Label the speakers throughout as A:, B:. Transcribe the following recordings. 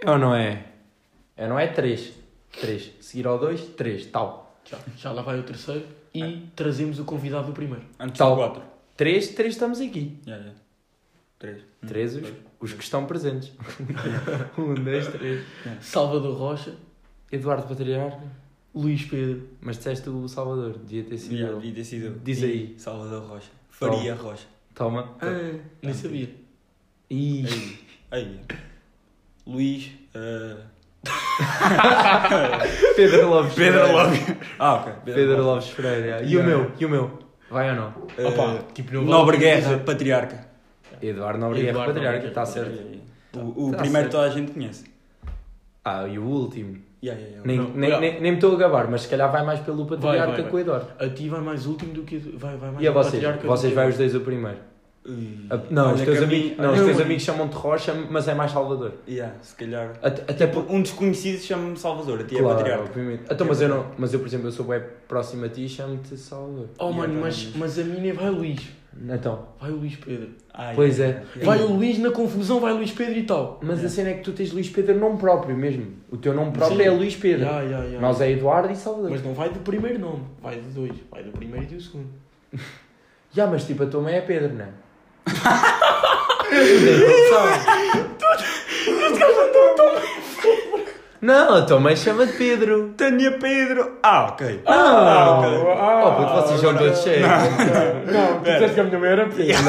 A: É ou não é? É ou não é? 3. 3. Seguir ao 2, 3. Tal.
B: Já, já lá vai o terceiro.
A: E
B: Trazemos o convidado do primeiro.
C: Antes
A: Tal.
C: do 4.
A: 3, 3 estamos aqui.
C: Já, já. 3.
B: Hum.
A: 3 os, os que estão presentes. 1, 2, 3.
B: Salvador Rocha,
A: Eduardo Patriarca.
B: Luís Pedro.
A: Mas disseste o Salvador. Devia ter sido ele.
C: E decidiu.
A: Diz aí.
C: Salvador Rocha. Faria Rocha.
A: Toma.
B: Ah, nem sabia. É
A: Ih.
C: Aí. Aí. Luís. eh,
A: Pedro Lopes.
C: Pedro
A: Pereira.
C: Lopes. Ah, ok.
A: Pedro Lopes Pereira. E o
C: Yeah.
A: meu? E o meu? Vai ou não?
C: Eh,
B: Opa, tipo, não vale
C: Nobre
B: a
C: Guerra,
B: pena.
C: Patriarca.
A: Eduardo Nobrigueira
B: Eduardo
A: Patriarca. Está
B: Nobrigueira.
A: tá certo.
C: O, o
A: Tá certo.
C: primeiro toda a gente conhece.
A: Ah, e o último?
C: Yeah, yeah, yeah.
A: Nem,
B: Não,
A: nem,
B: não.
A: nem, nem me estou a gabar, mas se calhar vai mais pelo Patriarca
B: vai, vai.
A: que o Eduardo.
B: A ti vai mais último do que. Vai, vai mais
A: E a
B: o
A: vocês?
B: patriarca do
A: Vocês
B: que-
A: vai os dois o primeiro.
C: Ui.
A: A- não, os
C: Olha
A: teus,
C: que a mim-
A: amigos, não, os
C: olha,
A: teus
C: eu-
A: amigos chamam-te Rocha, mas é mais Salvador.
C: Yeah, se calhar.
A: Até, até
C: Tipo,
A: porque.
C: um desconhecido chama-me Salvador, a ti é
A: Claro,
C: Patriarca.
A: obviamente. tipo, Então, mas eu não. Mas eu, por exemplo, eu sou bem próximo a ti e chamo-te Salvador.
B: Oh, mano, mas, mas a mim nem vai o Luís.
A: Então.
B: Vai o Luís Pedro.
C: Ai,
A: Pois
C: ai,
A: é.
C: ai, ai.
B: Vai o Luís na confusão, vai o Luís Pedro e tal.
A: Mas
C: Yeah.
A: a cena é que tu tens Luís Pedro nome próprio mesmo. O teu nome próprio
B: Sim.
A: é Luís Pedro.
B: Ya, ya, ya.
A: Nós é Eduardo e Salvador.
B: Mas não vai do primeiro nome, vai de dois. Vai do primeiro e do segundo.
A: Já, mas tipo, a tua mãe é Pedro, não é? Não sabe. Não, a tua mãe chama de Pedro.
C: Tânia Pedro. Ah, ok.
A: Ah,
C: ok.
A: Oh, puto, vocês são todos cheios.
B: Ah, Não, tu disseste que a minha mãe era Pedro.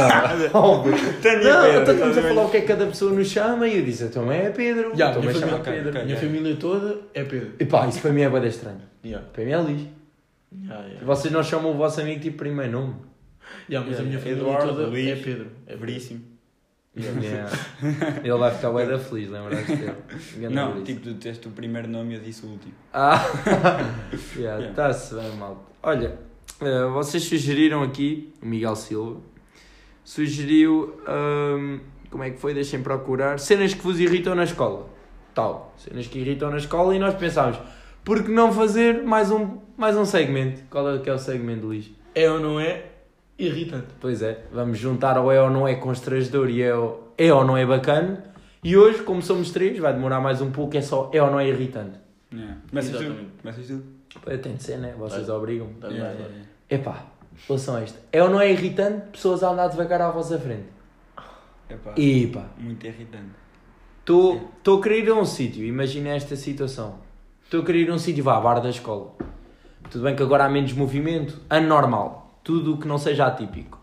A: Não, oh, puto.
C: Tânia
A: Não,
C: Pedro.
A: então estamos a
C: estás
A: falar
C: bem?
A: o que é que cada pessoa nos chama e eu disse, a tua mãe é Pedro.
B: Já,
A: a tua
B: minha
A: mãe chama
B: família-
A: Pedro.
C: ok, ok,
B: Minha
C: ok.
B: família toda é Pedro.
A: E pá, isso para mim é bada estranho.
B: Ya,
A: Para mim é Luís.
B: ya, ya.
A: Vocês não chamam o vosso amigo tipo primeiro nome.
B: Ya, mas a minha
C: Ya,
B: família
C: Eduardo,
B: toda
C: Luís.
B: é Pedro. É
C: É
B: Pedro.
C: veríssimo.
A: Yeah. Ele vai ficar bué da feliz, lembrar-se dele. Ganda
C: Não,
A: Luís.
C: tipo, tu disseste o primeiro nome e eu disse o último.
A: Ah, yeah, tá-se bem, malta. Olha, eh, vocês sugeriram aqui, o Miguel Silva, sugeriu, ahm, como é que foi, deixem procurar, cenas que vos irritam na escola. Tal, cenas que irritam na escola e nós pensámos, por que não fazer mais um, mais um segmento? Qual é que é o segmento, Luís?
B: É ou não é? Irritante.
A: Pois é, vamos juntar ao é ou não é constrangedor e é ou, é ou não é bacana. E hoje, como somos três, vai demorar mais um pouco, é só é ou não é irritante.
C: Yeah. Começas
B: Exatamente.
C: tu? Começas tu?
A: Pá, Tem de ser, né? Vocês obrigam-me.
B: Tá
C: Yeah,
B: bem,
C: yeah,
B: vai.
C: yeah.
A: Epá, ouçam isto. É ou não é irritante pessoas a andar devagar à vossa frente?
C: Epá,
A: Epá,
C: Muito irritante.
A: estou a querer ir a um sítio, imagina esta situação. Estou a querer ir a um sítio, vá, à bar da escola. Tudo bem que agora há menos movimento, anormal. Tudo o que não seja atípico.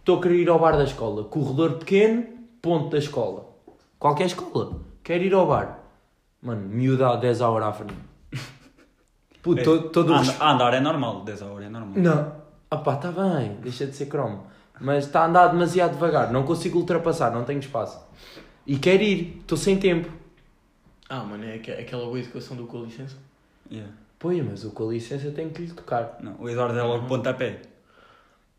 A: Estou a querer ir ao bar da escola. Corredor pequeno, ponto da escola. Qualquer escola. Quero ir ao bar. Mano, miúda a 10 a hora à frente. Puto, to- todo o
C: Anda- Andar é normal, 10 horas é normal.
A: Não. Ah pá, está bem, deixa de ser cromo. Mas está a andar demasiado devagar, não consigo ultrapassar, não tenho espaço. E quero ir, estou sem tempo.
B: Ah, mano, é aqua- aquela boa educação do com licença.
C: Yeah.
A: Pois, mas eu com a licença tenho que lhe tocar.
C: Não, o Eduardo é logo pontapé.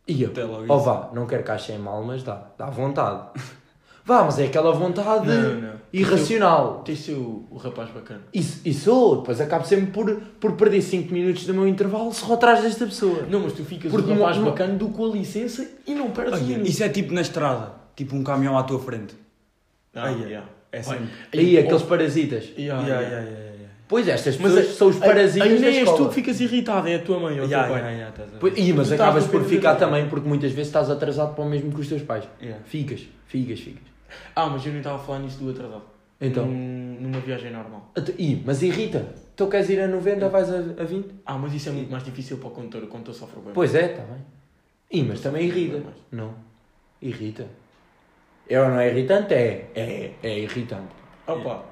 A: E eu,
C: Até logo
A: oh
C: isso.
A: vá, não quero que achem mal, mas dá, dá vontade. vá, mas é aquela vontade
B: Não, não.
A: irracional.
B: Tens de ser o, o rapaz bacana.
A: Isso, isso, eu depois acabo sempre por, por perder 5 minutos do meu intervalo só atrás desta pessoa.
B: Não, mas tu ficas
A: Porque
B: o
A: não-
B: rapaz
A: não-
B: bacana do com licença e não perdes
C: Ai,
B: dinheiro.
C: Isso é tipo na estrada, tipo um caminhão à tua frente.
B: Ah,
C: Ai, é.
B: yeah.
C: É
B: Vai.
C: sempre.
A: Aí,
B: oh,
A: aqueles parasitas.
B: yeah,
C: Yeah,
B: yeah.
C: yeah, yeah, yeah.
A: Pois, estas
B: Mas
A: pessoas são os parasitas
B: Aí
A: da
B: nem és
A: escola.
B: tu que ficas irritado, é a tua mãe ou o teu
C: Yeah,
B: pai.
C: yeah, yeah, estás a ver.
A: Pois, e, mas
B: Tu estás
A: acabas
B: no
A: por
B: período
A: ficar
B: da-
A: também, porque muitas vezes estás atrasado para o mesmo que os teus pais.
C: Yeah.
A: Ficas, ficas, ficas.
B: Ah, mas eu não estava a falar nisso do atrasado.
A: Então.
B: Num- numa viagem normal.
A: Até- Ih, mas irrita. Tu queres ir a 90, vais a, a 20?
B: Ah, mas isso é muito mais difícil para o condutor. O condutor sofre bem.
A: Pois é, está bem. Ih, mas também irrita. Não. Irrita. É ou não é irritante? É. É, é irritante.
B: Opa,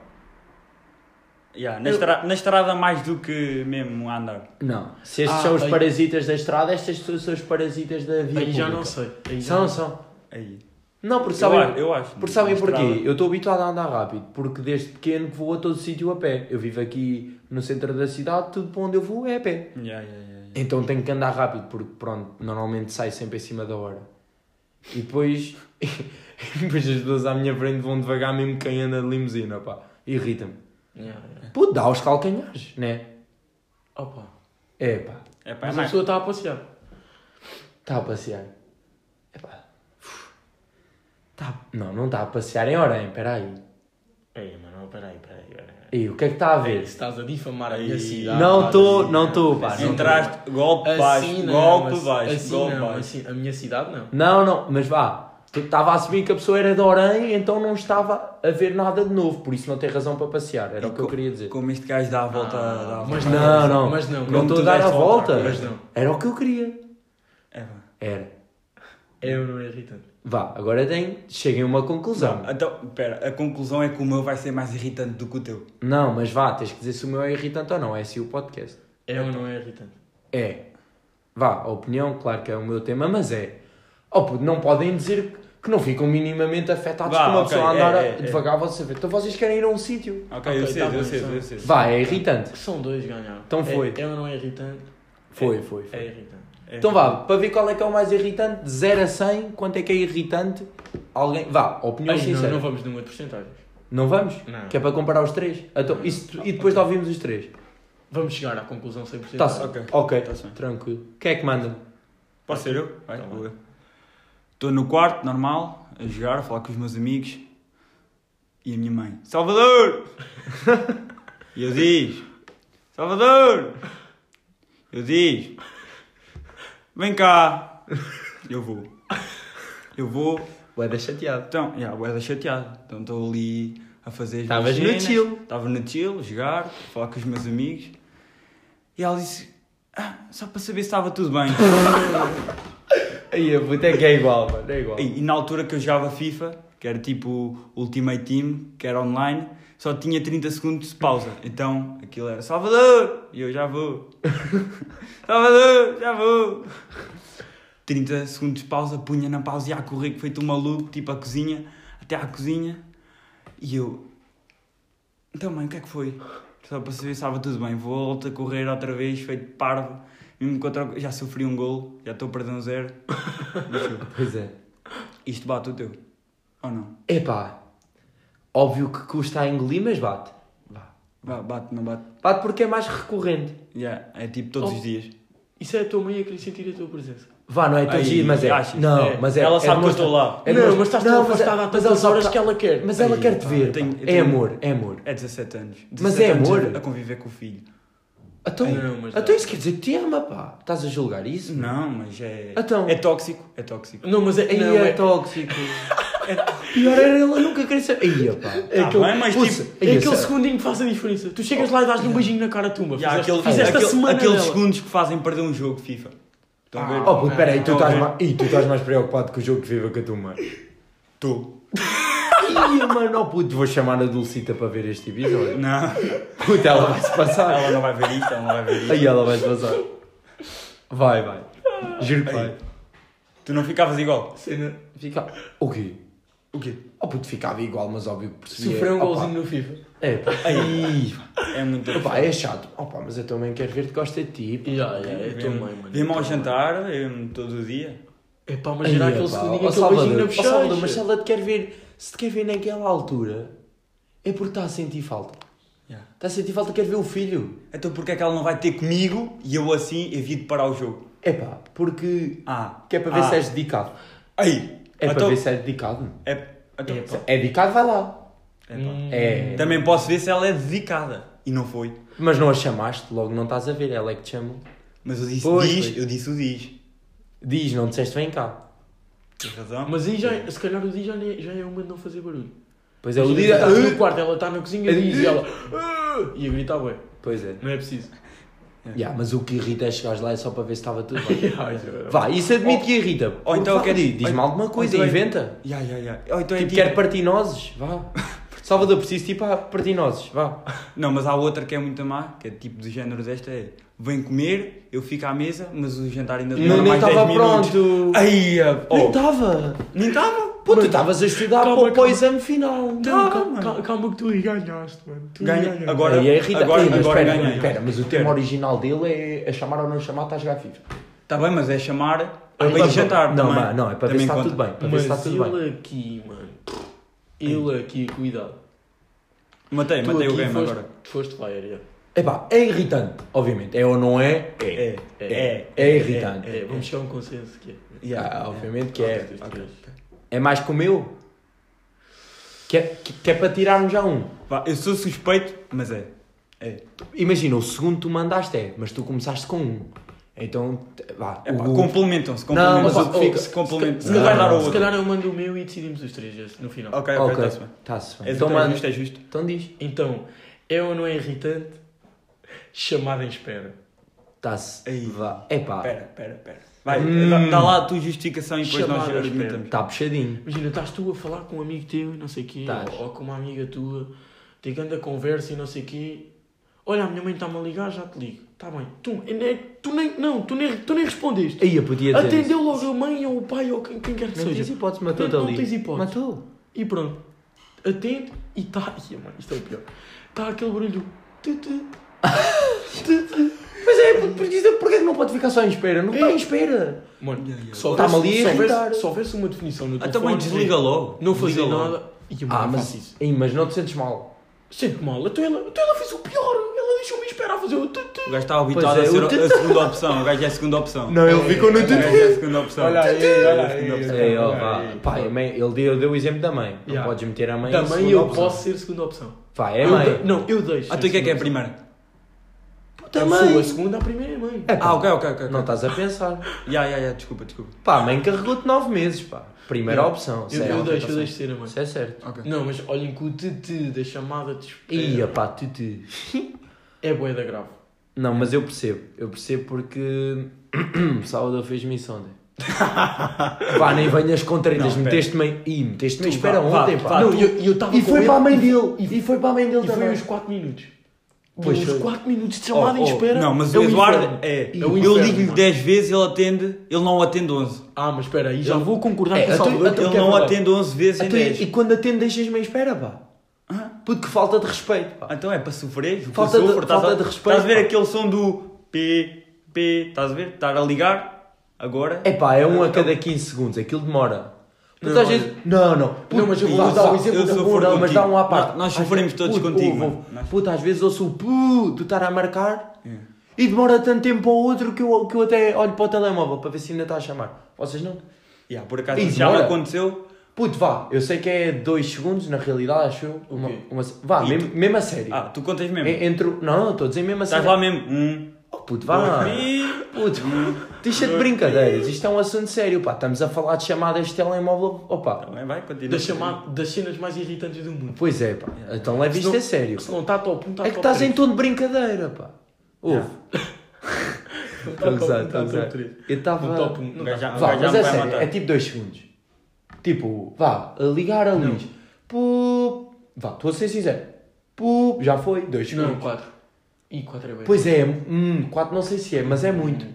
C: Yeah, na, estra- na estrada mais do que mesmo a andar.
A: Não. Se estes
B: Ah,
A: são os
B: aí-
A: parasitas da estrada, estas pessoas são os parasitas da via
B: aí já
A: pública.
B: não sei. Aí já
A: São,
B: não-
A: são.
C: Aí.
A: Não, porque
C: eu,
A: sabem...
C: acho- eu acho.
A: Porque sabem
C: Na
A: porquê?
C: estrada.
A: Eu estou habituado a andar rápido, porque desde pequeno que vou a todo sítio a pé. Eu vivo aqui no centro da cidade, tudo para onde eu vou é a pé.
C: Yeah, yeah, yeah, yeah.
A: Então tenho que andar rápido, porque pronto, normalmente saio sempre em cima da hora. E depois, e depois as pessoas à minha frente vão devagar, mesmo quem anda de limusina, pá. Irrita-me.
B: Yeah, yeah.
A: Pô, dá os calcanhares, né?
B: Opa,
A: É pá,
C: É pá, é
B: mas a
C: mais.
B: pessoa está a passear.
A: está a passear. tá, É pá. Tá, não, não está a passear em Orem, peraí.
B: Ei, mano, peraí, peraí, peraí.
A: E o que é que está a
B: Ei,
A: ver?
B: se estás a difamar a minha
C: Ei,
B: cidade.
A: Não estou,
B: assim,
A: não estou, pá.
B: Assim
A: não tô.
C: Entraste, golpe baixo,
B: Assim não,
C: golpe
B: assim-
C: baixo,
B: assim
C: golpe
B: não,
C: baixo.
B: assim- a minha cidade não.
A: Não, não, mas vá. Estava a assumir que a pessoa era de Orem, então não estava a ver nada de novo, por isso não tem razão para passear. Era
C: E
A: o que eu
C: co-
A: queria dizer.
C: Como este gajo dá a volta. dá a
B: mas
C: volta.
A: Não, não,
B: Mas não,
A: não
B: como
A: estou a
B: tu
A: dar a
B: deste a volta,
A: volta.
B: mas não.
A: Era o que eu queria.
C: É, pá.
A: Era.
B: É ou não é irritante?
A: Vá, agora tem. Cheguem a uma conclusão.
C: Então, pera, a conclusão é que o meu vai ser mais irritante do que o teu.
A: Não, mas vá, tens que dizer se o meu é irritante ou não. É assim o podcast.
B: É ou não é irritante?
A: É. Vá, a opinião, claro que é o meu tema, mas é. Oh, puto, não podem dizer que- que não ficam minimamente afetados
C: Vá,
A: com uma
C: ok,
A: pessoa a
C: é,
A: andar a-
C: é, é.
A: devagar, vocês ver. Então vocês querem ir a um sítio.
C: Ok,
B: Ok,
C: eu sei,
B: tá bom,
C: eu sei,
B: tá
C: eu
B: bom.
C: sei.
A: Vá, é irritante.
B: São dois ganharam.
A: Então foi.
B: É, é ou não é irritante?
A: Foi, foi, foi.
B: É irritante.
C: É.
A: Então vá, para ver qual é que é o mais irritante, de 0 a 100, quanto é que é irritante? Alguém. Vá, opinião
B: Ei, não,
A: sincera.
B: não
A: Não,
B: vamos numa de porcentagens.
A: vamos?
B: Não.
A: Que é para comparar os três. Então, isso tu- e depois de ouvirmos os três.
B: Vamos chegar à conclusão 100%.
A: Tá-se.
C: Ok.
A: Ok,
C: Tá-se bem.
A: tranquilo. Quem é que manda?
C: Pode ser eu? Vai,
B: Tá
C: vou
B: bem.
C: eu. Estou no quarto, normal, a jogar, a falar com os meus amigos e a minha mãe. Salvador! e eu diz: Salvador! Eu diz: Vem cá! Eu vou. Eu vou.
A: Ué, da chateado.
C: Então, já, yeah, boeda chateado. Então estou ali a fazer as
A: Estavas
C: minhas
A: no
C: cenas.
A: chill.
C: Estava no chill, a jogar, a falar com os meus amigos. E ela disse: "Ah, Só para saber se estava tudo bem.
A: Aí a puta é que é igual, mano. É igual.
C: E, e na altura que eu jogava FIFA, que era tipo Ultimate Team, que era online, só tinha 30 segundos de pausa. Então aquilo era Salvador! E eu já vou. Salvador! Já vou! 30 segundos de pausa, punha na pausa e ia a correr, que feito um maluco, tipo à cozinha, até à cozinha. E eu. Então, mãe, o que é que foi? Só para saber se estava tudo bem. Volto a correr outra vez, feito parvo. Mesmo contra... o- Já sofri um gol, já estou perdendo zero.
A: Pois é.
C: Isto bate o teu. Ou não?
A: Epá, óbvio que custa a engolir, mas bate.
C: Ba- Bate, não bate.
A: Bate porque é mais recorrente.
C: Yeah, é tipo todos
B: Oh.
C: os dias.
B: Isso é a tua mãe a querer sentir a tua presença.
A: Vá, não é todos os
C: Aí,
A: dias, mas é.
C: achas?
A: não,
C: É.
A: mas é.
C: Ela
A: é
C: sabe que eu
A: demonstra-
C: estou lá.
A: é
B: não,
A: demonstra-
B: mas estás tão
A: mas é-
B: afastada há
A: mas
B: tantas
A: só
B: horas
A: tá-
B: que ela quer.
A: Mas ela
C: Aí,
A: quer te
C: pá,
A: ver.
C: eu tenho-
A: pá.
C: eu
A: É
C: tenho-
A: amor, é amor.
C: É 17 anos.
A: Mas é
C: 17 anos
A: amor.
C: A conviver com o filho.
A: Então,
B: Não, mas
A: então
B: dá.
A: isso quer dizer que te ama, pá. Estás a julgar isso?
C: Não, mas é.
A: Hum. Então.
C: É tóxico. É tóxico.
B: Não, mas é.
A: Aí
B: não,
A: é,
B: é-
A: tóxico. Pior era ela nunca querer saber. Aí, pá.
B: É
C: Tá
B: aquele-
C: bem, mas
A: Puxa,
C: tipo.
A: aí,
B: É aquele
A: essa-
B: segundinho que faz a diferença. Tu chegas lá e
A: Oh.
B: dás-lhe um beijinho na cara tumba.
C: já,
B: Fizeste,
C: aquele,
B: fizeste
C: aquele-
B: a semana
C: aqueles
B: dela.
C: segundos que fazem perder um jogo de FIFA. Estão a ver?
A: Oh, puto, peraí, tu
C: Estão a
A: estás
C: ver?
A: mais. Ih, tu estás mais preocupado com o jogo que viva que a tua mãe.
C: Tu.
A: Ih, mano, oh, puto, vou chamar a Dulcita para ver este episódio.
C: Não.
A: Puta, ela vai-se passar.
C: Ela não vai ver isto, ela não vai ver isto.
A: Aí ela vai vazar. Vai, vai. Juro que vai.
C: Tu não ficavas igual.
B: Cena.
A: Fica... O quê?
C: O quê?
A: Oh puto, ficava igual, mas óbvio que percebia.
B: Sofreu um
A: Opa,
B: golzinho no FIFA.
A: É, pá. Aí.
C: É muito.
A: Opa, é chato. Opa, mas eu também quero ver-te, gosta de ti. pá.
B: Ya, ya, é a tua
C: Vem-
B: mãe, mano.
C: Vem-me ao jantar, vem-me todo o dia.
B: É pá, mas
A: Aí,
B: era
A: é,
B: aquele
A: pá.
B: segundinho,
A: Ó,
B: aquele beijinho na
A: ó, Salvador, mas se
B: bochecha.
A: ela te quer ver, se te quer ver naquela altura, é porque está a sentir falta.
C: Yeah.
A: Está a sentir falta, quer ver o filho.
C: Então porque é que ela não vai ter comigo e eu assim evito parar o jogo?
A: É pá, porque.
C: Ah.
A: Que é para ver
C: ah.
A: se és dedicado.
C: Aí!
A: É para
C: Então-
A: ver se és dedicado.
C: É, então-
B: Epá.
A: É dedicado, vai lá.
C: Epá.
B: Hum.
A: É.
C: Também posso ver se ela é dedicada. E não foi.
A: Mas não a chamaste, logo não estás a ver, ela é que te chamou.
C: Mas eu disse
A: Pois,
C: diz,
A: pois.
C: eu disse o diz.
A: Diz, não disseste vem cá.
C: Tens razão.
B: Mas aí já, se calhar o dia já, nem- já é uma de não fazer barulho.
A: Pois é,
B: Ela
A: o
B: dia Ah,
A: dia. É
B: está no quarto, ela está na cozinha
A: Eu
B: e diz
A: digo-
B: e ela. "Ah!" E a gritar, ué.
A: Pois é.
B: Não é preciso.
A: Yeah, mas o que irrita é chegares lá é só para ver se estava tudo bem.
B: Ya, isso é-
A: Vá, isso admite que irrita.
C: Ou então
A: Porque vá,
C: eu quero-
A: diz- Diz-me
C: ou-
A: alguma coisa,
C: ou então é-
A: inventa.
C: Ya, ya, ya. Ou então é
A: Tipo,
C: tipo-
A: quero partinoses, vá. Salvador, preciso tipo ah, partinoses, vá.
C: Não, mas há outra que é muito má, que é tipo do género desta é vem comer, eu fico à mesa, mas o jantar ainda demora
A: Não, nem
C: mais 10
A: estava
C: minutos.
A: pronto.
C: Aí, ah,
A: Nem
C: oh.
A: estava.
C: Nem estava.
A: Puta, estavas a estudar para
B: Calma,
A: o- para o
B: calma.
A: exame final.
B: Não,
C: Tá,
B: calma,
C: mano.
B: calma, calma que tu aí ganhaste, mano. Tu aí
C: Ganha-
B: ganhaste.
C: agora-
A: Aí é irrita.
C: agora-
A: Ei, mas
C: agora
A: espera,
C: ganhei.
A: espera, mas o tema original dele é a chamar ou não chamar, está a jogar FIFA.
C: Está bem, mas é chamar
A: É
C: para
A: para-
C: ir jantar
A: Não,
C: também.
A: mas não, é para ver se
C: Também
A: está
C: conta.
A: tudo bem. Para ver
B: Mas
A: se está tudo bem.
B: ele aqui, mano. Ele aqui, cuidado.
C: Matei,
B: Tu
C: matei o
B: aqui
C: game
B: foste,
C: agora.
B: Foste fire, yeah.
A: Epá, é irritante, obviamente. É ou não é?
C: É, é, é.
A: É irritante.
B: É, vamos chegar a um consenso que é.
A: Ah,
C: Ya,
A: obviamente que é.
B: Ok.
A: É mais que o meu? Que é, que, que é para tirarmos já um.
C: Vá, eu sou suspeito, mas é. É.
A: Imagina, o segundo tu mandaste é, mas tu começaste com um. Então, t- vá.
C: É
A: o-
C: pá,
A: o-
C: complementam-se, complementam-se.
A: Não, mas o
C: Ou
A: que
C: se-
A: fica-
C: se complementam.
A: se
C: Se calhar dar ao
B: oh, Se
C: outro.
B: calhar eu mando o meu e decidimos os três esse, no final.
C: Ok, ok,
A: Ok,
C: está-se bem.
A: tá-se bem.
C: É
A: então, manda-
C: justo, é justo.
A: então diz.
B: Então, é ou não é irritante? Chamada em espera.
A: Está-se.
C: Aí.
A: Vá. É Epá,
C: Espera, espera, espera. Vai,
A: Hum.
C: dá- dá lá a tua justificação e depois nós
B: Chamada,
C: argumentamos.
A: está tá puxadinho.
B: Imagina, estás tu a falar com um amigo teu e não sei o quê,
A: Estás.
B: ou, ou com uma amiga tua, tem grande conversa e não sei o quê. Olha, a minha mãe está-me a ligar, já te ligo. Está bem. Tu, eu nem- tu nem, não, tu nem, tu nem respondeste.
A: Aí eu podia dizer.
B: Atendeu logo a mãe ou o pai ou quem, quem quer que
A: isso. Não tens
B: seja.
A: hipótese, matou-te
B: Não-
A: ali.
B: não tens hipótese.
A: Matou.
B: E pronto. Atende e está. Ia, mano, isto é o pior. Está aquele barulho. Tu, tu, tu, tu.
A: Mas é, porque, porque é que não pode ficar só em espera? Não está
B: É.
A: em espera.
B: Mano,
C: Ya, ya.
B: só
A: Tá-me
B: houvesse-
A: ali a Ah,
B: só houvesse-
A: irritar.
B: Se houvesse uma definição no
C: Então,
B: telefone.
C: mãe, desliga
B: é,
C: logo.
B: Não fazia
C: Desliga logo.
B: nada. E eu, mano,
A: Ah,
B: não
A: mas,
B: faço isso.
A: Ei, mas não te sentes mal.
B: Sente mal. Então ela, então ela fez o pior. Ela deixou-me esperar fazer o tu, tu.
C: O gajo está habituado
A: Pois é,
C: a
A: o
C: ser a segunda opção. O gajo é a segunda opção.
A: Não, ele ficou no
C: O gajo é a segunda opção. É
A: Ei, É, ó,
B: Ei,
A: vá.
B: ei,
A: Pá, a mãe- ele deu, deu o exemplo da mãe. Não
B: Ya.
A: podes meter a mãe em
B: Também
A: segunda
B: eu
A: opção.
B: posso ser segunda opção.
A: Vá, é a
B: Eu
A: mãe.
B: de- Não, eu deixo.
C: Ah,
B: ser
C: tu o que é que é a
B: segunda
C: primeira?
B: opção.
A: Também.
B: Eu sou a segunda, a primeira é a mãe.
A: É, pá,
C: Ah, ok, ok, ok.
A: Não estás a pensar.
C: Ya, ya, ya, desculpa, desculpa.
A: Pá, a mãe carregou-te nove meses, pá. Primeira opção.
B: Eu,
A: Isso é,
B: eu deixo, eu
C: opção.
B: deixo ser a mãe.
A: isso é certo.
C: Ok.
B: Não, mas olhem que o tete da chamada de
A: Ia,
B: espera
A: pá, tu, tu.
B: é boeda grave.
A: Não, mas eu percebo. Eu percebo porque Salvador fez-me isso ontem. pá, nem venhas com
C: Não,
A: tretas.
C: espera.
A: Meteste-me em... Ih, meteste-me em
B: Tu,
A: espera
B: vá,
A: ontem,
B: vá,
A: pá.
B: Não, eu eu estava
A: E
B: com
A: foi
B: ele
A: para a mãe dele. E foi para a mãe dele
B: E foi
A: também.
B: os 4 minutos.
A: Pois
B: Os
A: foi.
B: 4 minutos de
C: Oh,
B: chamada em
C: oh,
B: espera.
C: Não, mas
B: é
C: o
B: um
C: Eduardo
B: inferno.
C: é.
B: É um
C: Eu
B: inferno,
C: ligo-lhe
B: mano.
C: 10 vezes, ele atende, ele não atende 11.
B: Ah, mas espera aí, já
A: Eu-
B: vou concordar
A: É,
B: com o
A: então-
B: Salvador.
A: então-
C: Ele
A: que é
C: não
A: verdade.
C: atende 11 vezes em
A: Então, e,
C: 10.
A: e quando atende, deixas-me em espera, pá.
C: Ah,
A: Puto, que falta de respeito, pá.
C: Então é para sofrer. o que eu
A: Falta de-
C: sofro, estás
A: falta
C: a-
A: de respeito,
C: Estás a ver
A: pá.
C: aquele som do P, P, estás a ver? Estar a ligar agora.
A: É pá, é um
C: Então,
A: a cada 15 segundos. Aquilo demora. Puto,
B: Não,
A: às vezes... Não, não. Puto,
B: Não, mas eu
A: vou
B: vou
A: dar
B: usar-
A: o exemplo
C: eu
A: da
C: sou
A: boa,
C: fora
A: não, mas
C: contigo.
A: dá um à parte.
C: Não, nós
A: Às
C: sofremos
A: vezes-
C: todos
A: puto,
C: contigo,
A: ouve,
C: mano.
A: ouve.
C: Nós-
A: Puto, às vezes ouço o pu, tu estar a marcar...
C: É.
A: E demora tanto tempo ao outro que eu, que eu até olho para o telemóvel para ver se ainda está a chamar. Vocês não?
C: Ya, por acaso
A: Ih,
C: já me
A: demora.
C: aconteceu.
A: Puto, vá. Eu sei que é 2 segundos, na realidade, acho eu. Uma,
B: quê?
A: uma, vá,
C: E
A: mesmo, mesmo a sério.
C: Ah, tu contas mesmo.
A: E- Entre, o- não, não, estou a dizer mesmo a
C: Estás
A: sério.
C: lá mesmo. Um,
A: Oh, puto, vá.
C: dois,
A: Puto, deixa de brincadeiras. Isto é um assunto sério, pá. Estamos a falar de chamadas de telemóvel. Opa.
C: Também Tá vai, continua.
B: Da chamada, das cenas mais irritantes do mundo.
A: Pois é, pá. Então leva isto
B: Senão-
A: a sério.
B: Se não tá um, está ao ponto,
A: É que estás em tom de brincadeira, pá.
B: tá
A: Ouve.
B: um,
A: Estou a gozar, estou a gozar. Eu
B: Não
A: estava.
B: top, não
C: Um gajo já- um
A: Vá,
C: gajo já
A: mas
C: me
A: é
C: vai
A: sério,
C: matar.
A: é tipo 2 segundos. Tipo, vá, a ligar a Luís. Pu. Vá, estou a ser sincero. Pu. Já foi, 2
B: Não,
A: segundos.
B: 4. E 4 é bem.
A: Pois é, 4 não sei se é, mas é muito.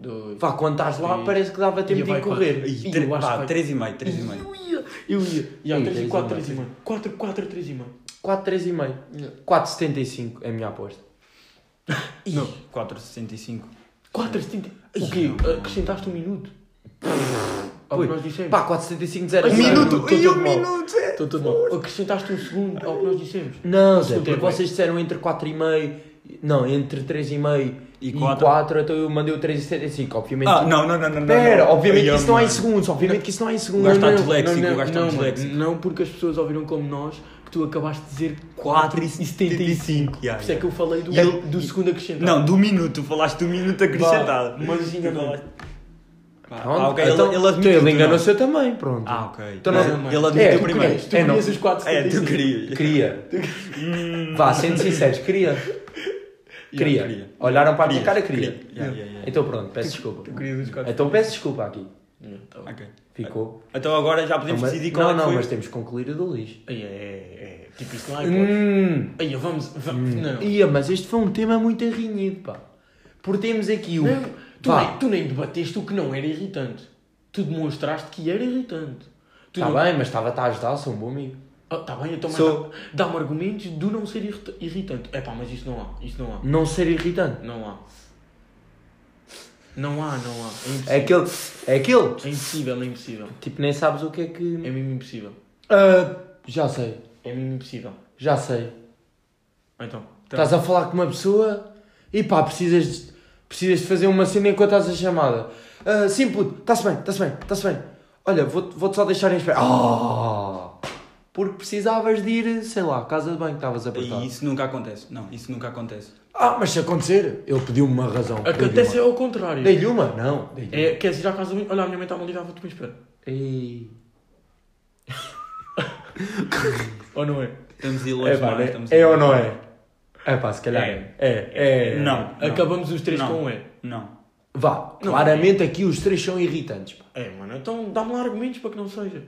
B: Dois.
A: Vá, quando estás lá,
B: Sim.
A: parece que dava tempo
B: Ia
A: de
B: vai
A: ir correr.
B: quatro.
C: Ih,
B: Ih,
C: tre-
B: eu acho
C: pá,
B: que vai-
C: três e meio, três e meio.
B: Eu ia.
A: Ih,
B: Já, 3
A: três e
B: e 4,
A: meio,
B: 3 e meio. 4, 4, 3 e meio.
A: 4, 3,5. 4,75 é a minha aposta.
C: Não, 4,65.
B: 4, 70. O quê? Acrescentaste um minuto? Ao
A: Ui.
B: que nós dissemos.
A: Pá, 4,75, 0.
B: Um minuto,
A: Estou
B: e
A: todo mal.
B: um
C: minuto, é.
B: Estou todo mal. Acrescentaste um segundo ao que nós dissemos.
A: Não, Zé, porque
B: Escutem, bem.
A: vocês disseram entre 4,5... Não, entre 3,5
C: E
A: e
C: quatro.
A: 4, então eu mandei o 3,75, obviamente.
C: Ah, não, não, não, não.
A: Pera, obviamente
C: Ai,
A: que isso não é em
C: mano.
A: segundos, obviamente que isso não é em
C: O
A: segundos.
C: gajo tá- está
A: Não, não.
C: disléxico,
B: não,
C: o gajo tá está
B: não,
C: disléxico.
B: mano, não porque as pessoas ouviram como nós que tu acabaste de dizer
C: 4,75.
B: Por isso é que eu falei do,
C: E ele-
B: do segundo acrescentado.
C: Não, do minuto, tu falaste do minuto acrescentado.
B: Vá, mas ainda não.
A: Pronto,
C: Ah, ok, ele-
A: então,
C: ele admitiu,
A: então
C: tu não.
A: ele enganou-se eu também, pronto.
C: Ah, ok.
B: Tá
A: Então não-
C: Ele- Ele
A: É,
C: admitiu
A: tu
C: primeiro.
B: querias, tu
A: É, não.
B: querias os 4
C: É, tu querias.
A: Queria.
C: Hum.
A: Vá, sendo sinceros, queria. Queria.
C: queria.
A: Olharam para a minha
C: Queria,
A: cara, queria.
C: queria. Yeah, yeah, yeah.
A: Então pronto, peço desculpa.
B: Tu querias os 4
A: Então peço desculpa aqui.
B: tá
C: Ok.
A: Ficou.
C: Então agora já podemos
A: Mas-
C: decidir qual
A: não,
C: é que
A: não, mas
C: foi.
A: temos que concluir o do Luís.
B: É, é, é. Tipo, isso não é hipótese.
A: Hum.
B: Aí, vamos, vamos.
C: Hum.
B: Não.
A: Ia, mas este foi um tema muito arrinhido, pá. Porque temos aqui o.
B: Não, tu,
A: Vá.
B: nem, tu nem debateste o que não era irritante. Tu demonstraste que era irritante. Tu
A: Está
B: não-
A: Tá bem, mas estava a ajudar, sou um bom amigo.
B: Ah, tá bem, então mas
A: Sou-
B: dá- dá-me argumentos do não ser irrita- irritante. É pá, mas isso não há. Isso não há.
A: Não ser irritante.
B: Não há. Não há, não há. É impossível.
A: É aquele. É aquele.
B: É impossível, é impossível.
A: Tipo, nem sabes o que é que.
B: É mesmo impossível.
A: Ah, já sei,
B: É mesmo impossível.
A: já sei.
B: Então.
A: Estás a falar com uma pessoa e pá, precisas de, precisas de fazer uma cena enquanto estás a chamada. Ah, sim, puto, está-se bem, está-se bem, está-se bem. Olha, vou- vou-te só deixar em espera. Oh! porque precisavas de ir, sei lá, à casa de banho, estavas apertado.
C: E isso nunca acontece. Não, isso nunca acontece.
A: Ah, mas se acontecer, ele pediu-me uma razão.
B: Acontece é
A: eu.
B: ao contrário.
A: Dei-lhe uma? Não, dei-lhe
B: É, queres ir à casa do banho? Olha, a minha mãe está-me a ligar, vou-te me esperar.
A: uma. E...
B: Ou não é?
C: Estamos a ir longe
A: É, pá,
C: demais,
A: né?
C: estamos a ir
A: é ou
C: longe.
A: não é? É pá, se calhar é.
C: É.
A: É, é.
C: Não.
B: Acabamos os três
C: Não.
B: com um é.
C: Não.
A: Vá, claramente aqui os três são irritantes. pá.
B: É, mano, então dá-me lá argumentos para que não seja.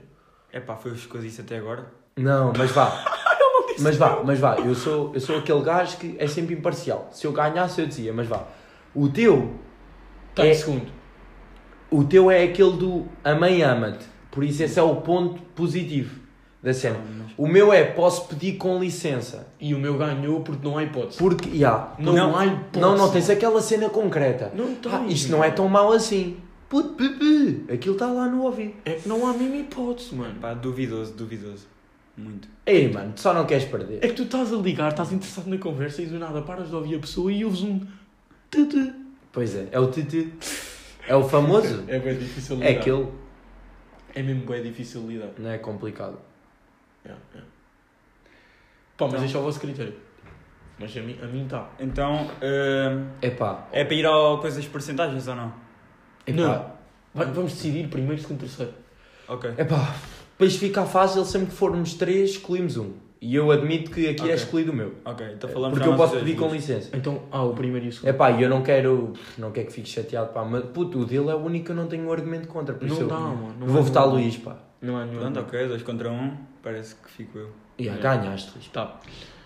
C: É pá, foi os que eu disse até agora.
A: Não, mas vá. mas vá, mas vá. Eu sou, eu sou aquele gajo que é sempre imparcial. Se eu ganhasse, eu dizia, mas vá. O teu,
B: Está Tá em
A: É.
B: segundo.
A: o teu é aquele do a mãe ama-te. Por isso esse é o ponto positivo da cena. O meu é posso pedir com licença.
B: E o meu ganhou porque não há hipótese.
A: Porque, já.
B: Não,
C: Não.
B: há hipótese.
A: Não, não, tens aquela cena concreta.
B: Não tens,
A: Ah, isto não é tão mal assim. Puto, pepe. Aquilo está lá no ouvido.
B: É que não há mesmo hipótese, mano.
C: Pá, duvidoso, duvidoso. Muito.
A: Ei, mano, tu só não queres perder.
B: É que tu estás a ligar, estás interessado na conversa e do nada paras de ouvir a pessoa e ouves um. tutu.
A: Pois é, é o Titi. É o famoso.
B: É bem difícil
A: É aquele.
B: É mesmo bem difícil lidar.
A: Não é complicado.
B: Yeah, yeah. Pá, mas
C: Então.
B: deixa ao vosso critério. Mas a mim está. Mim tá.
C: Então, hum,
A: Epá.
C: é para ir ao coisas de porcentagens ou não?
A: Epá.
B: Vai- vamos decidir primeiro, segundo, terceiro.
C: Ok.
A: Epá. Para isto ficar fácil, sempre que formos três, escolhemos um. E eu admito que aqui é
C: Ok.
A: escolhido o meu.
C: Ok, então falamos
A: Porque
C: já
A: eu posso
C: nossas
A: pedir com
C: duas.
A: licença.
B: Então, ah, o primeiro e o segundo.
A: Epá, e eu não quero. Não quero que fique chateado, pá. Mas puto, o dele é o único que eu não tenho um argumento contra. Por
B: Não
A: isso eu
B: dá, mano, não é
A: vou
B: há
A: votar
B: nenhum.
A: Luís, pá.
B: Não há nenhum.
C: Pronto, ok, dois contra um. Parece que fico eu.
A: E yeah,
B: É.
A: ganhaste, Luís.
B: Tá.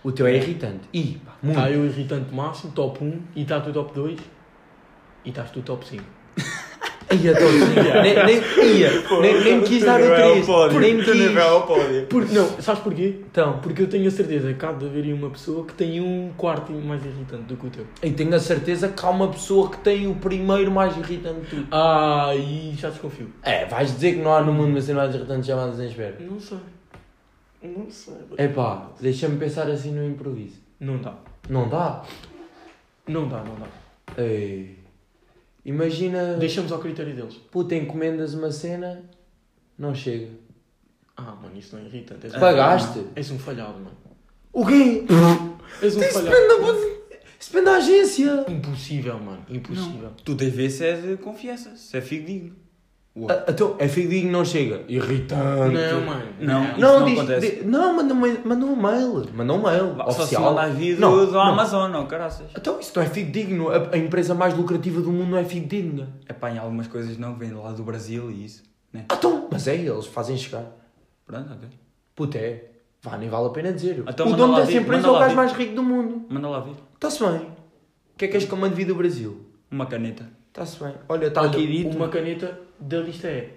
A: O teu é irritante. Ih, pá, muito.
B: Está eu irritante máximo, top 1, e está tu top 2, e estás tu top 5.
A: Ia, tô- assim, nem, nem, ia. nem, nem me quis dar
C: é
A: o 3. Nem me quis.
C: pódio.
B: Por, não, sabes porquê?
A: Então,
B: Porque eu tenho a certeza que há de haver aí uma pessoa que tem um quarto mais irritante do que o teu.
A: e tenho a certeza que há uma pessoa que tem o primeiro mais irritante de tudo.
B: Ah, e já desconfio.
A: É, vais dizer que não há no mundo uma cena mais irritante chamada Zensberg.
B: Não sei. Não sei. bro.
A: Epá, deixa-me pensar assim no improviso.
B: É- Não dá.
A: Não dá?
B: Não dá, não dá.
A: Ei. Imagina,
B: Deixamos ao critério deles.
A: puta, encomendas uma cena, não chega.
B: Ah, mano, isso não é irritante. És um
A: Pagaste?
B: falhado. És um falhado, mano.
A: Ah. O quê?
B: És um
A: Isso
B: falhado.
A: depende da, bus- isso depende da agência.
B: Impossível, mano. Impossível.
C: Tu deves ver se é de confiança, se é fidedigno.
A: Ah, Então, é fidedigno, não chega. Irritante.
B: Não, mano.
C: Não. Isso
A: Não,
C: não
A: diz-
C: acontece.
A: di- não manda, um- manda um mail. Manda um mail.
C: Só se
A: oficial.
C: manda a vida
A: Não,
C: do, do
A: não.
C: Amazon, não, caraças.
A: Então isso não é fidedigno. A, a empresa mais lucrativa do mundo não é fidedigna.
C: Epá, em algumas coisas não, vem lá do Brasil e isso. Né?
A: Ah, Então, mas é, eles fazem chegar.
C: Pronto, ok.
A: Puta, é. Vá, nem vale a pena dizer.
C: Então
A: o
C: manda
A: dono
C: lá
A: dessa
C: vir,
A: empresa
C: manda
A: é o
C: lá
A: gajo
C: vir.
A: mais rico do mundo.
C: Manda lá ver.
A: Está-se bem. O que é que és que eu mando vir do Brasil?
C: Uma caneta.
A: Está-se bem. Olha, está
B: Olha,
A: aqui dito.
B: Uma caneta da lista é.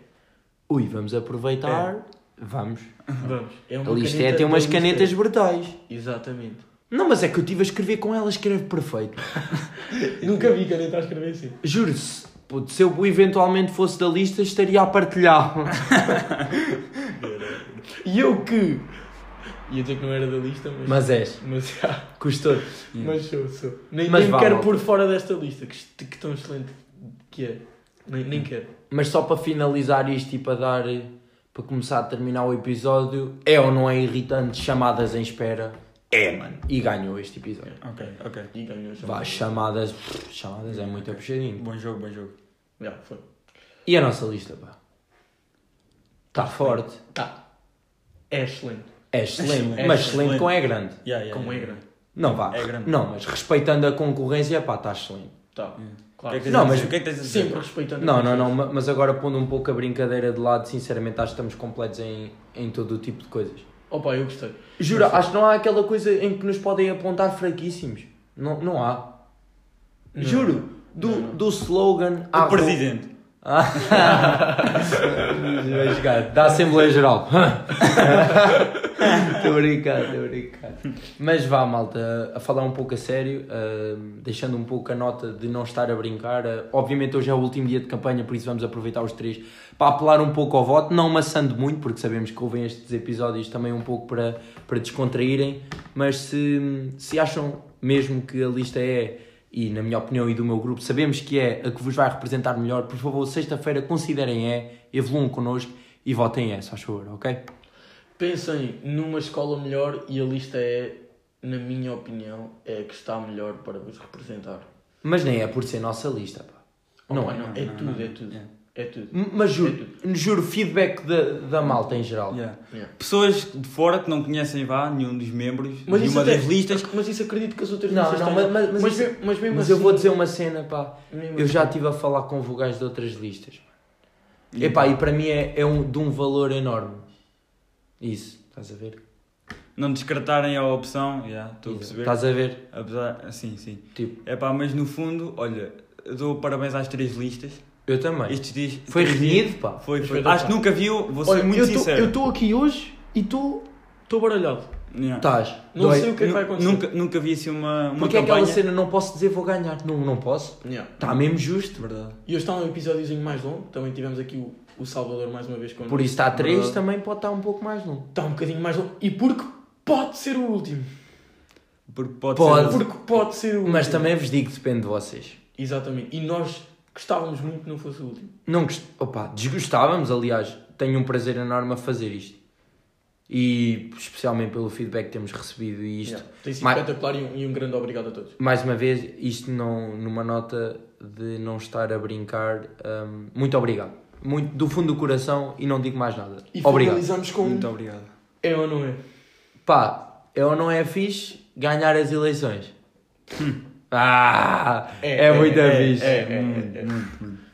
A: Ui, vamos aproveitar.
C: É.
A: Vamos.
B: Vamos. É
A: A
B: uma
A: lista é
B: caneta
A: tem umas
B: da lista
A: canetas
B: E.
A: brutais.
B: Exatamente.
A: Não, mas é que eu estive a escrever com ela, escreve perfeito.
B: Nunca vi caneta a escrever assim.
A: Juro-se, puto, se eu eventualmente fosse da lista, estaria a partilhar.
B: E eu que. Ia dizer que não era da lista, mas.
A: Mas és,
B: Mas, ah,
A: custou-te.
B: mas sou, sou. Nem,
A: Mas
B: nem
A: vá,
B: quero
A: malta.
B: pôr fora desta lista, que, est- que tão excelente que é. Nem,
C: Hum.
B: nem quero.
A: Mas só para finalizar isto e para dar. eh, para começar a terminar o episódio, é ou não é irritante chamadas em espera? É, mano. E ganhou este episódio.
C: Ok, ok.
B: E ganhou já.
A: Vá, chamadas. pff, Chamadas é muito puxadinho.
C: Bom jogo, bom jogo.
B: Já, foi.
A: E a nossa lista, pá?
C: Tá
A: Está forte.
B: Tá. É excelente.
A: É excelente.
C: Excelente.
A: Mas excelente
C: Excelente.
A: com é grande.
C: Yeah, yeah,
B: Como é
C: yeah.
B: grande.
A: Não vá.
C: É grande.
A: Não, mas respeitando a concorrência, pá, está excelente.
B: Tá.
C: O que
B: Claro.
C: é que tens
A: Não,
C: a
A: mas-
C: dizer? o que é que tens a dizer?
B: Sempre respeitando.
A: Não, não, não, ma- mas agora pondo um pouco a brincadeira de lado, sinceramente acho que estamos completos em, em todo o tipo de coisas.
B: Opa, eu gostei.
A: Jura, acho que não há aquela coisa em que nos podem apontar fraquíssimos. Não, não há.
B: Não.
A: Juro, do,
B: Não, não.
A: do slogan
C: O presidente.
A: Vai chegar, da Assembleia Geral. Estou a brincar, estou a brincar. Mas vá, malta, a falar um pouco a sério, ah, deixando um pouco a nota de não estar a brincar. Ah, obviamente, hoje é o último dia de campanha, por isso vamos aproveitar os três para apelar um pouco ao voto, não maçando muito, porque sabemos que ouvem estes episódios também um pouco para, para descontraírem. Mas se, se acham mesmo que a lista é e na minha opinião e do meu grupo, sabemos que é a que vos vai representar melhor. Por favor, sexta-feira considerem é, evoluam connosco e votem é, só favor, ok?
B: Pensem numa escola melhor e a lista é, na minha opinião, é a que está melhor para vos representar.
A: Mas nem é por ser nossa lista, pá.
B: Oh,
A: Não
B: pá,
A: é.
B: não, é
C: não,
B: tudo,
C: não. Hum.
B: é tudo.
C: Yeah.
B: É tudo.
A: M- Mas
B: É
A: juro, juro, feedback da, da malta em geral.
C: Yeah.
B: Yeah.
C: Pessoas de fora que não conhecem vá, nenhum dos membros,
B: Mas isso,
C: nenhuma
B: até,
C: das listas.
B: mas isso acredito que as outras
A: Não,
B: listas
A: não,
B: tenham.
A: mas- mas-
B: me- mas mesmo
A: Mas
B: assim,
A: eu vou dizer uma cena, pá.
B: mesmo
A: Eu já
B: assim-
A: estive a falar com vogais de outras listas. Epá, e para mim é, é um, de um valor enorme. Isso, estás a ver?
C: Não descartarem a opção, yeah, estou a
A: Isso,
C: perceber.
A: Estás a ver?
C: Apesar, assim, sim.
A: Tipo,
C: É pá, mas no fundo, olha, eu dou parabéns às três listas.
A: eu também.
C: Estes dias.
A: Foi
C: três dias-
A: renhido, pá.
C: Foi, foi.
B: Espetacular.
C: Acho que nunca viu, vou ser
B: Olha,
C: muito
B: eu tô- eu
C: sincero.
B: estou aqui hoje e estou estou baralhado.
C: Yeah.
A: Estás.
B: Não
A: Dói.
B: sei o que é que vai
C: Nu-
B: acontecer.
C: Nunca, nunca vi assim uma, uma
A: Porque é
C: campanha.
A: aquela cena, não posso dizer vou ganhar. Não, não posso.
B: Yeah.
A: Está mesmo justo.
C: Verdade.
B: E hoje está um episódiozinho mais longo. Também tivemos aqui o, o Salvador mais uma vez connosco.
A: Por isso está três
C: Verdade.
A: também pode estar um pouco mais longo.
B: Está um bocadinho mais longo. E porque pode ser o último.
C: Porque pode,
A: Pode.
C: ser.
B: Porque pode ser o último.
A: Mas também vos digo, depende de vocês.
B: Exatamente. E nós gostávamos muito que não fosse o último.
A: Não gost... Opa, desgostávamos, aliás. Tenho um prazer enorme a fazer isto. E especialmente pelo feedback que temos recebido e isto.
B: Yeah. Tem sido
A: Mas-
B: espetacular e um, e um grande obrigado a todos.
A: Mais uma vez, isto não, numa nota de não estar a brincar. hum, muito obrigado. Muito, do fundo do coração e não digo mais nada.
B: E
A: obrigado.
B: finalizamos com
C: Muito obrigado.
B: é ou não é?
A: Pá, é ou não é fixe ganhar as eleições? Ah, é, muito
B: é,
A: fixe.
B: é, é, é.
C: Muito, muito, muito.